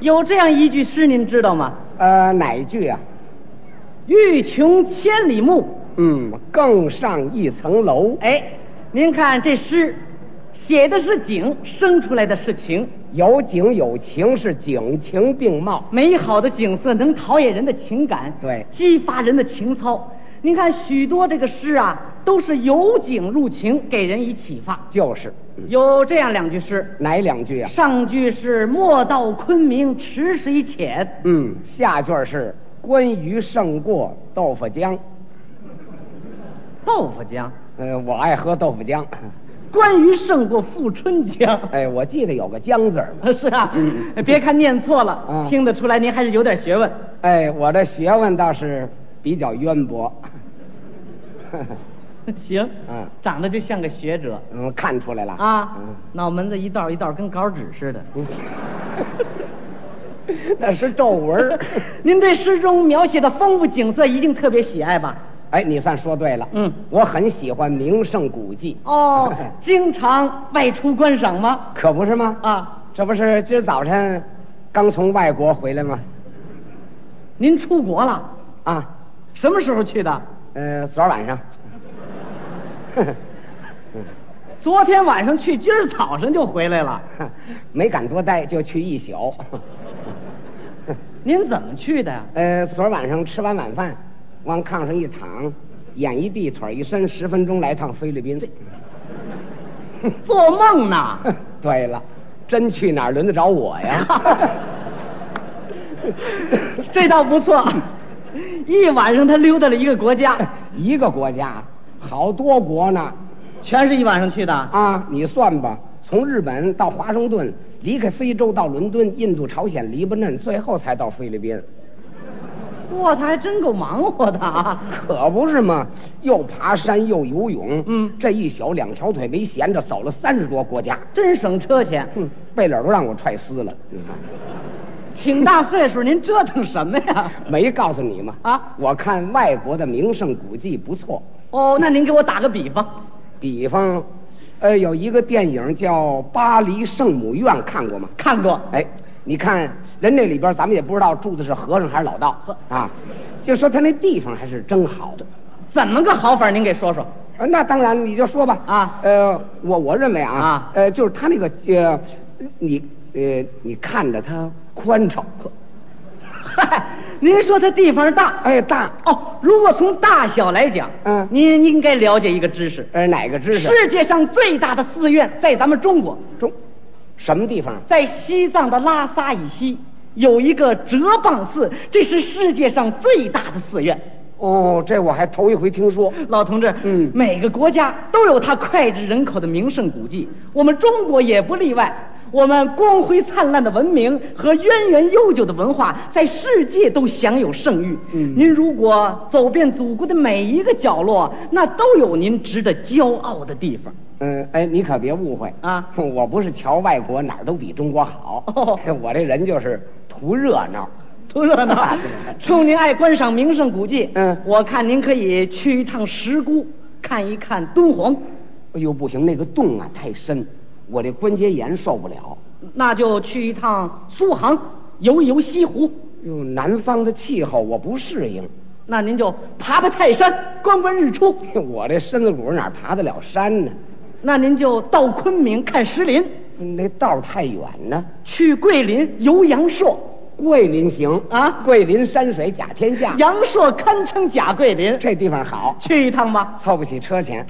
有这样一句诗，您知道吗？呃，哪一句啊？欲穷千里目。嗯，更上一层楼。哎，您看这诗，写的是景，生出来的是情。有景有情，是景情并茂。美好的景色能陶冶人的情感，对激发人的情操。您看许多这个诗啊，都是由景入情，给人以启发。就是有这样两句诗，哪两句啊？上句是“莫道昆明池水浅嗯，下句儿是关于胜过豆腐浆。”，豆腐浆；呃，我爱喝豆腐浆。 关于胜过富春江。哎，我记得有个江字儿 嘛。是啊，别看念错了，嗯听得出来您还是有点学问。 哎，我这学问倒是比较渊博。行，嗯长得就像个学者嗯，看出来了啊，嗯脑门子一道一道跟稿纸似的。 那是皱 纹儿。您对诗中描写的丰富景色一定特别喜爱吧？哎，你算说对了。嗯我很喜欢名胜古迹，哦， 经常外出观赏吗？可不是吗？啊，这不是今儿早晨刚从外国回来吗？您出国了？啊，什么时候去的？呃，昨儿晚上。昨天晚上去，今儿早上就回来了。没敢多待，就去一宿。 您怎么去的呀？呃，昨儿晚上吃完晚饭，往炕上一躺，眼一闭，腿一伸，十分钟来趟菲律宾。 做梦呢？ 对了，真去哪儿轮得着我呀？ 这倒不错， 一晚上他溜达了一个国家，一个国家，好多国呢。全是一晚上去的。啊，你算吧，从日本到华盛顿，离开非洲到伦敦、印度、朝鲜、黎巴嫩，最后才到菲律宾。哇，他还真够忙活的 啊！可不是嘛，又爬山又游泳，嗯这一宿两条腿没闲着，走了三十多国家。真省车钱，哼，背篓都让我踹撕了，挺大岁数，您折腾什么呀？没告诉你吗？啊，我看外国的名胜古迹不错，哦，那您给我打个比方，比方，呃，有一个电影叫《巴黎圣母院》，看过吗？看过哎，你看人那里边，咱们也不知道住的是和尚还是老道啊，就说他那地方还是真好。怎么个好法？您给说说。 呃，那当然，你就说吧啊呃，我我认为啊，啊呃，就是他那个呃，你呃，你看着他宽敞，嗨，您说它地方大哎大，哦，如果从大小来讲，嗯您应该了解一个知识，呃，哪个知识？世界上最大的寺院在咱们中国，中，什么地方？在西藏的拉萨以西有一个哲蚌寺，这是世界上最大的寺院。哦，这我还头一回听说。老同志，嗯每个国家都有它脍炙人口的名胜古迹，我们中国也不例外。我们光辉灿烂的文明和渊源悠久的文化，在世界都享有盛誉。嗯您如果走遍祖国的每一个角落，那都有您值得骄傲的地方。嗯，哎，你可别误会啊我不是瞧外国哪儿都比中国好，哦 我这人就是图热闹。多热 闹！啊冲您爱观赏名胜古迹，啊嗯我看您可以去一趟石鼓，看一看敦煌，哎呦，不行，那个洞啊太深，我这关节炎受不了。那就去一趟苏杭，游一游西湖。哟，南方的气候我不适应，那您就爬爬泰山，观观日出；我这身子骨哪儿爬得了山呢？那您就到昆明看石林，那道儿太远呢。去桂林游阳朔。桂林行啊桂林山水甲天下，阳朔堪称假桂林，这地方好，去一趟吧，凑不起车钱。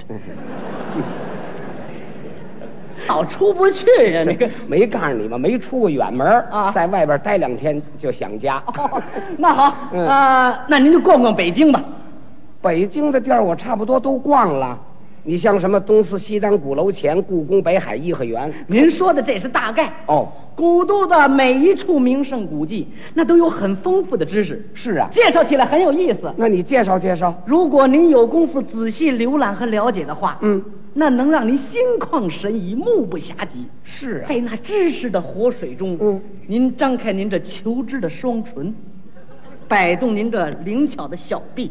老出不去呀、你个。 没告诉你们，没出过远门儿啊在外边待两天就想家。哦那好，啊、嗯那您就逛逛北京吧。 北京的地儿我差不多都逛了，你像什么东四西单、鼓楼前、故宫北海、颐和园，您说的这是大概，哦，古都的每一处名胜古迹，那都有很丰富的知识，是啊，介绍起来很有意思。那你介绍介绍。如果您有功夫仔细浏览和了解的话，嗯，那能让您心旷神怡、目不暇及。是啊， 在那知识的活水中，嗯，您张开您这求知的双唇，摆动您这灵巧的小臂，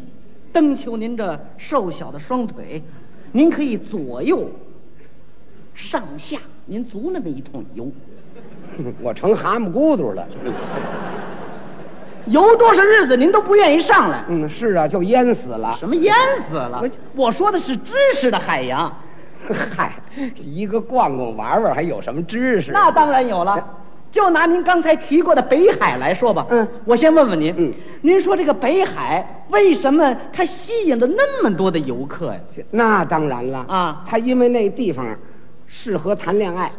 蹬求您这瘦小的双腿，您可以左右、上下，您足那么一通游。我成蛤蟆咕嘟了。游多少日子您都不愿意上来，嗯，是啊，就淹死了。什么淹死了我？我说的是知识的海洋， 嗨，一个逛逛玩玩，还有什么知识？那当然有哎了。就拿您刚才提过的北海来说吧，嗯，我先问问您，嗯，您说这个北海为什么它吸引了那么多的游客呀？那当然了啊他因为那地方啊适合谈恋爱，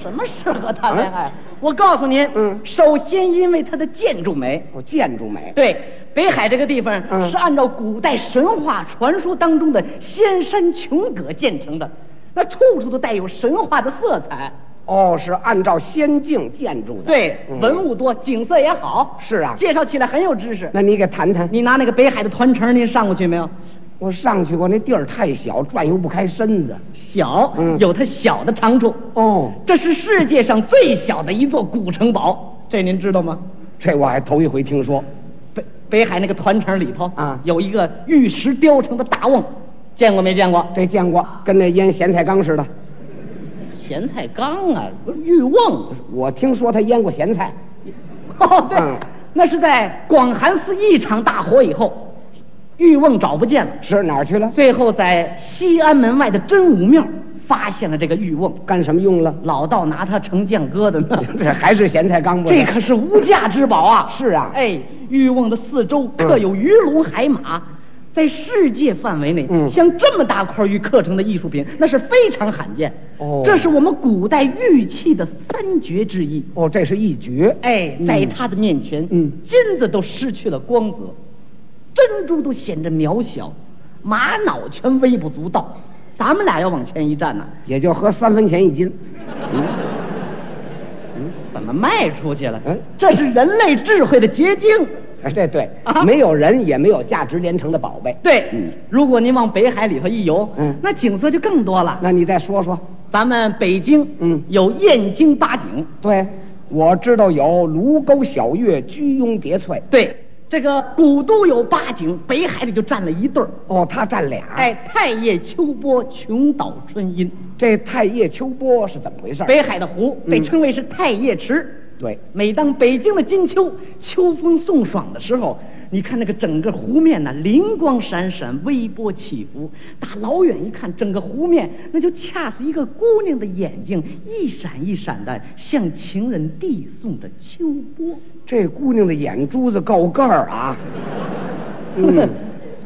什么适合谈恋爱？我告诉您，啊嗯首先因为它的建筑美，我建筑美。对，北海这个地方嗯是按照古代神话传说当中的仙山琼阁建成的，那处处都带有神话的色彩。哦，是按照仙境建筑的。，对，嗯文物多，景色也好，是啊介绍起来很有知识。那你给谈谈。你拿那个北海的团城，您上过去没有？我上去过，那地儿太小，转悠不开身子。小嗯有它小的长处，哦，这是世界上最小的一座古城堡，这您知道吗？这我还头一回听说。北北海那个团城里头啊有一个玉石雕成的大瓮，见过没见过？这见过，跟那腌咸菜缸似的。咸菜缸啊，不是玉瓮。我听说他腌过咸菜，哦， 对，嗯那是在广寒寺一场大火以后，玉瓮找不见了，是哪儿去了？最后在西安门外的真武庙发现了这个玉瓮，干什么用了？ 老道拿它成酱疙瘩呢。这还是咸菜缸不这可是无价之宝啊！是啊嗯哎，玉瓮的四周刻有鱼龙海马，在世界范围内，嗯像这么大块玉刻成的艺术品，那是非常罕见。哦这是我们古代玉器的三绝之一。哦，这是一绝。哎，在他的面前，嗯金子都失去了光泽，珍珠都显着渺小，玛瑙全微不足道。咱们俩要往前一站呢、也就合三分钱一斤。怎么卖出去了？嗯这是人类智慧的结晶。哎，这对啊，没有人也没有价值连城的宝贝。对，嗯如果您往北海里头一游，嗯那景色就更多了。那你再说说。咱们北京，嗯有燕京八景，对，我知道有卢沟晓月、居庸叠翠。对，这个古都有八景，北海里就占了一对儿。哦，他占俩。，哎，太液秋波，琼岛春阴。这太液秋波是怎么回事？北海的湖嗯被称为是太液池。对，每当北京的金秋，秋风送爽的时候，你看那个整个湖面呢，灵光闪闪，微波起伏。打老远一看，整个湖面那就恰似一个姑娘的眼睛，一闪一闪的，向情人递送着秋波。这姑娘的眼珠子够个 儿啊。嗯，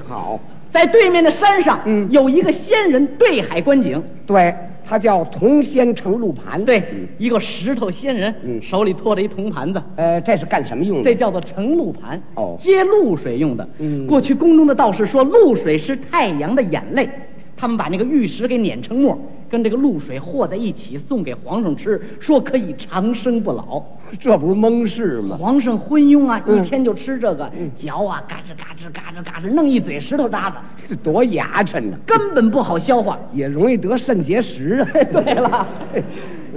好。在对面的山上，嗯有一个仙人对海观景，对，它叫铜仙成露盘。对，一个石头仙人，嗯手里托着一铜盘子，呃，这是干什么用的？这叫做承露盘，哦接露水用的。嗯过去宫中的道士说，露水是太阳的眼泪，他们把那个玉石给碾成沫，跟这个露水和在一起送给皇上吃，说可以长生不老。这不是蒙氏吗？皇上昏庸啊，嗯一天就吃这个，嚼啊，嘎吱嘎吱嘎吱嘎吱，弄一嘴石头渣子，这多牙碜呢，根本不好消化。也容易得肾结石啊。 对了，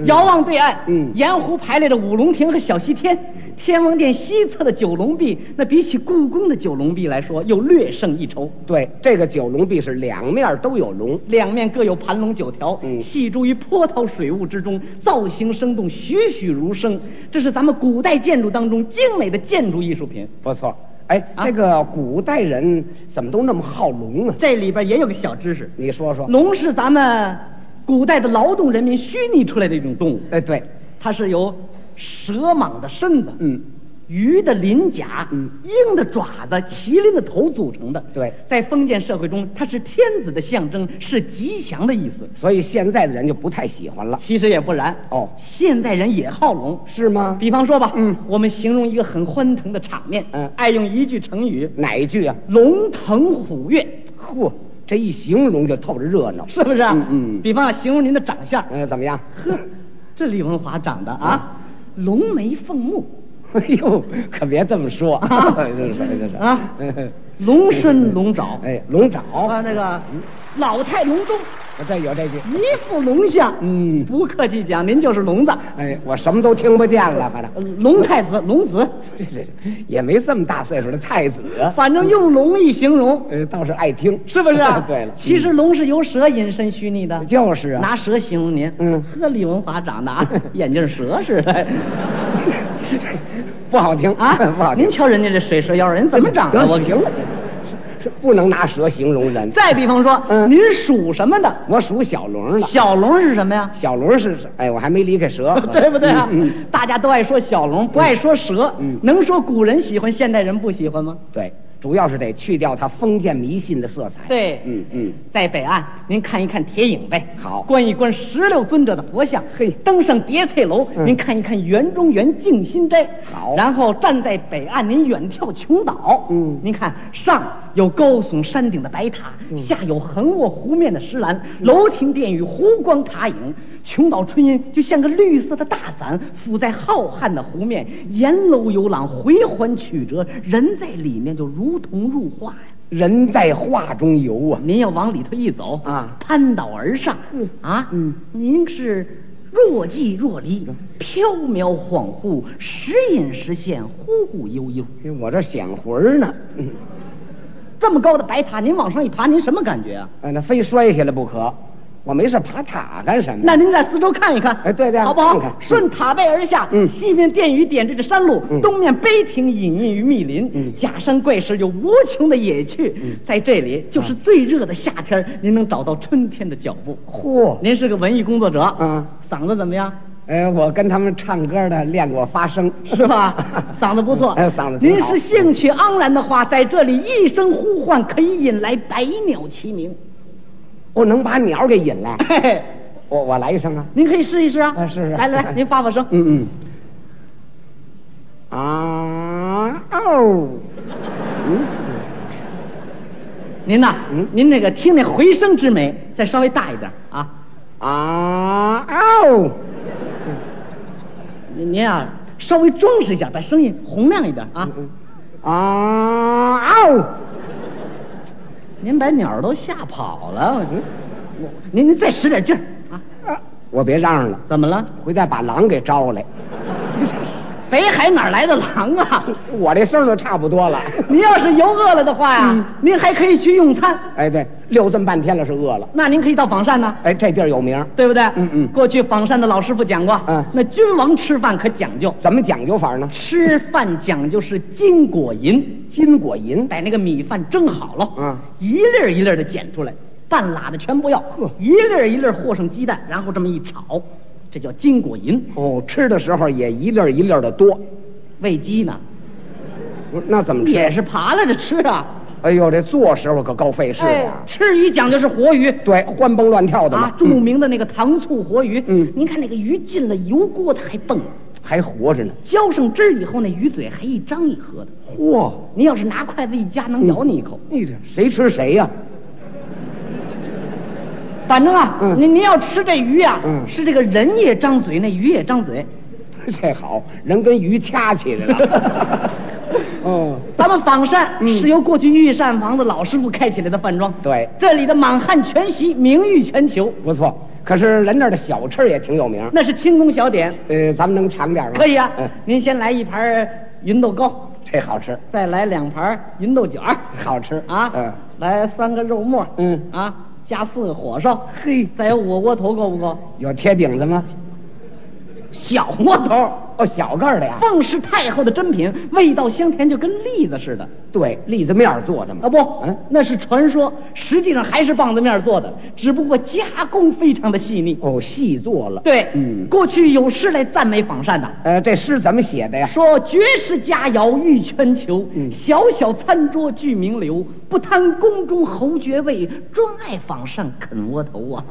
遥望对岸，嗯沿湖排列着五龙亭和小西天，天王殿西侧的九龙壁，那比起故宫的九龙壁来说，又略胜一筹。对，这个九龙壁是两面都有龙，两面各有盘龙九条，嗯系住于波涛水雾之中，造型生动，栩栩如生。这是咱们古代建筑当中精美的建筑艺术品。不错。哎，啊这个古代人怎么都那么好龙啊？这里边也有个小知识，你说说。龙是咱们古代的劳动人民虚拟出来的一种动物，哎，对，它是由蛇蟒的身子，嗯，鱼的鳞甲，嗯鹰的爪子，麒麟的头组成的。对在封建社会中，它是天子的象征，是吉祥的意思。所以现在的人就不太喜欢了，其实也不然哦现代人也好龙。是吗？比方说吧，嗯我们形容一个很欢腾的场面，嗯爱用一句成语哪一句啊？ “龙腾虎跃嚯，这一形容就透着热闹”，。是不是啊？嗯嗯比方形容您的长相，嗯、嗯怎么样？ 呵，这李文华长得啊，龙眉凤目哎呦，可别这么说，啊哎这是什么？这是啊，龙身龙爪，啊 哎，龙爪，啊，那个老态龙钟，我再有这句，一副龙相。嗯不客气讲，您就是聋子，哎，我什么都听不见了，反正 呃龙太子，龙子，这这也没这么大岁数的太子，啊反正用龙一形容，呃，倒是爱听，是不是啊 ？对了，嗯其实龙是由蛇引申虚拟的，就是啊，拿蛇形容您。 嗯呵，李文华长得 啊，眼镜蛇似的不好听啊 不好！听。您瞧人家这水蛇腰，人怎么长啊得的？了我行了行了，是是不能拿蛇形容人。再比方说，嗯您属什么的？我属小龙了，小龙是什么呀？，小龙是哎，我还没离开蛇 对不对啊？嗯，嗯大家都爱说小龙，不爱说蛇。嗯能说古人喜欢，现代人不喜欢吗？对，主要是得去掉它封建迷信的色彩。，对，嗯嗯，哎在北岸，您看一看铁影呗，好观一观十六尊者的佛像，嘿登上叠翠楼，嗯您看一看园中园静心斋，好然后站在北岸，您远眺琼岛，嗯您看上有高耸山顶的白塔，下有横卧湖面的石栏，嗯楼亭殿宇，湖光塔影。琼岛春阴就像个绿色的大伞phủ在浩瀚的湖面，沿楼游览，回环曲折，人在里面就如同入画呀。人在画中游啊，您要往里头一走啊攀倒而上，嗯啊，嗯，您是若即若离，飘渺恍惚，时隐时现，忽忽悠悠。哎我这想魂儿呢，嗯这么高的白塔，您往上一爬，您什么感觉啊？哎那非摔下来不可。我没事爬塔干什么？那您在四周看一看，哎对对啊好不好？看看嗯顺塔背而下，嗯西面殿宇点缀着山路，嗯东面碑亭隐匿于密林，假山怪石有无穷的野趣，嗯在这里就是最热的夏天，您能找到春天的脚步。嚯，您是个文艺工作者，嗯，嗓子怎么样？哎，我跟他们唱歌的练过发 声，是吧？嗓子不错，哎嗓子挺您好是兴趣盎然的话，在这里一声呼唤，可以引来百鸟齐鸣。我能把鸟给引来。嘿嘿，我我来一声啊，您可以试一试啊！哎试试来来 来，您发发声。嗯嗯，啊哦。您呐，嗯您那个听那回声之美，再稍微大一点啊。啊哦，您您啊，稍微装饰一下，把声音洪亮一点啊。嗯啊哦，您把鸟儿都吓跑了，我嗯我您您再使点劲儿啊！啊我别嚷嚷了，怎么了？回家把狼给招来。北海哪儿来的狼 啊？我这声儿都差不 多了。您要是游饿了的话嗯呀，您还可以去用餐。哎，对，溜这么半天了，是饿了。那您可以到仿膳呢，哎，这地儿有名儿，对不对？嗯嗯过去仿膳的老师傅讲过，嗯那君王吃饭可讲究，怎么讲究法呢？吃饭讲究是金果银，金果银，把那个米饭蒸好了，嗯，一粒儿一粒儿的捡出来，半拉的全不要，呵一粒儿一粒儿和上鸡蛋，然后这么一炒，这叫金果银。哦，吃的时候也一粒儿一粒儿的多。喂鸡呢，不是那怎么吃？也是扒拉着吃啊。哎呦，这做时候可够费事的啊。吃鱼讲究是活鱼。对，欢蹦乱跳的哎啊嘛，，著名的那个糖醋活鱼，嗯您看那个鱼进了油锅，它还蹦，还活着呢。浇上汁儿以后，那鱼嘴还一张一合的。嚯，您要是拿筷子一夹，能咬你一口。你这谁吃谁呀、 反正啊，嗯您您要吃这鱼啊，嗯是这个人也张嘴，那鱼也张嘴。这好，人跟鱼掐起 来了。哦，咱们仿膳、嗯是由过去御膳房的老师傅开起来的饭庄，对这里的满汉全席名誉全球，不错。可是人那儿的小吃也挺有名。那是清宫小点，呃，咱们能尝点吗？可以啊。嗯，您先来一盘儿芸豆糕，这好吃，再来两盘儿芸豆卷儿，好吃啊，嗯，来三个肉末，嗯啊，加四个火烧，嘿再有我窝头够不够？有贴顶的吗？小窝头。哦，小个儿的呀。凤是太后的珍品，味道香甜，就跟栗子似的。对，栗子面儿做的嘛啊，。不嗯，那是传说，实际上还是棒子面做的，只不过加工非常的细腻。哦，细做了。，对，嗯过去有诗来赞美仿膳的，呃，这诗怎么写的呀？ 说绝世佳肴誉全球，嗯小小餐桌聚名流，不贪宫中侯爵位，专爱仿膳啃窝头啊！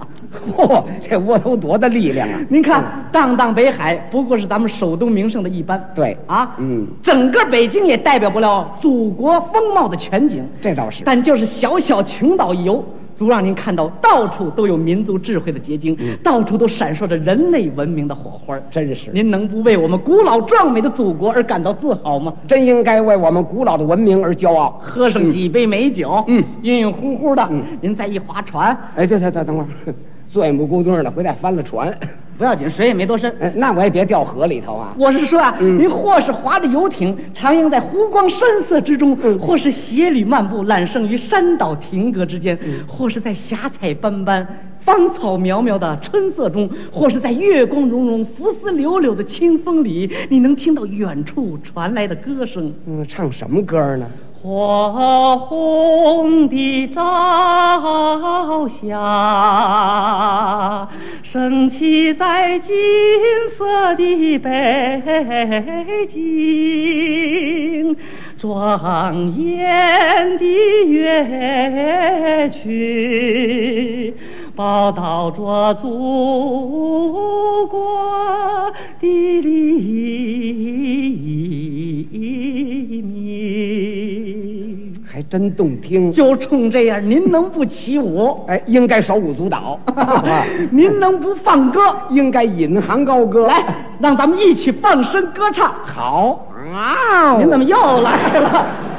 嗯嚯、这窝头多大力量啊！您看，荡荡北海不过是咱们首都名胜的一般。对啊，嗯，整个北京也代表不了祖国风貌的全景。这倒是。但就是小小琼岛一游，足让您看到到处都有民族智慧的结晶，到处都闪烁着人类文明的火花。嗯真是您能不为我们古老壮美的祖国而感到自豪吗？真应该为我们古老的文明而骄傲。喝上几杯美酒，嗯，晕晕乎乎的，您再一划船，哎，对对对，等会儿，坐也不孤墩了，回来翻了船。不要紧，水也没多深。哎，那我也别掉河里头啊！我是说啊，您或是划着游艇徜徉在湖光山色之中，或是斜履漫步揽胜于山岛亭阁之间，或是在霞彩斑斑、芳草渺渺的春色中，或是在月光融融、浮丝柳柳的清风里，你能听到远处传来的歌声。嗯，唱什么歌呢？火红的朝霞升起在金色的北京，庄严的乐曲报道着祖国的黎明。还真动听。就冲这样，您能不起舞？哎，应该手舞足 蹈，啊您能不放歌？哎应该引吭高歌。来，让咱们一起放声歌唱。好，哦啊！您怎么又来了？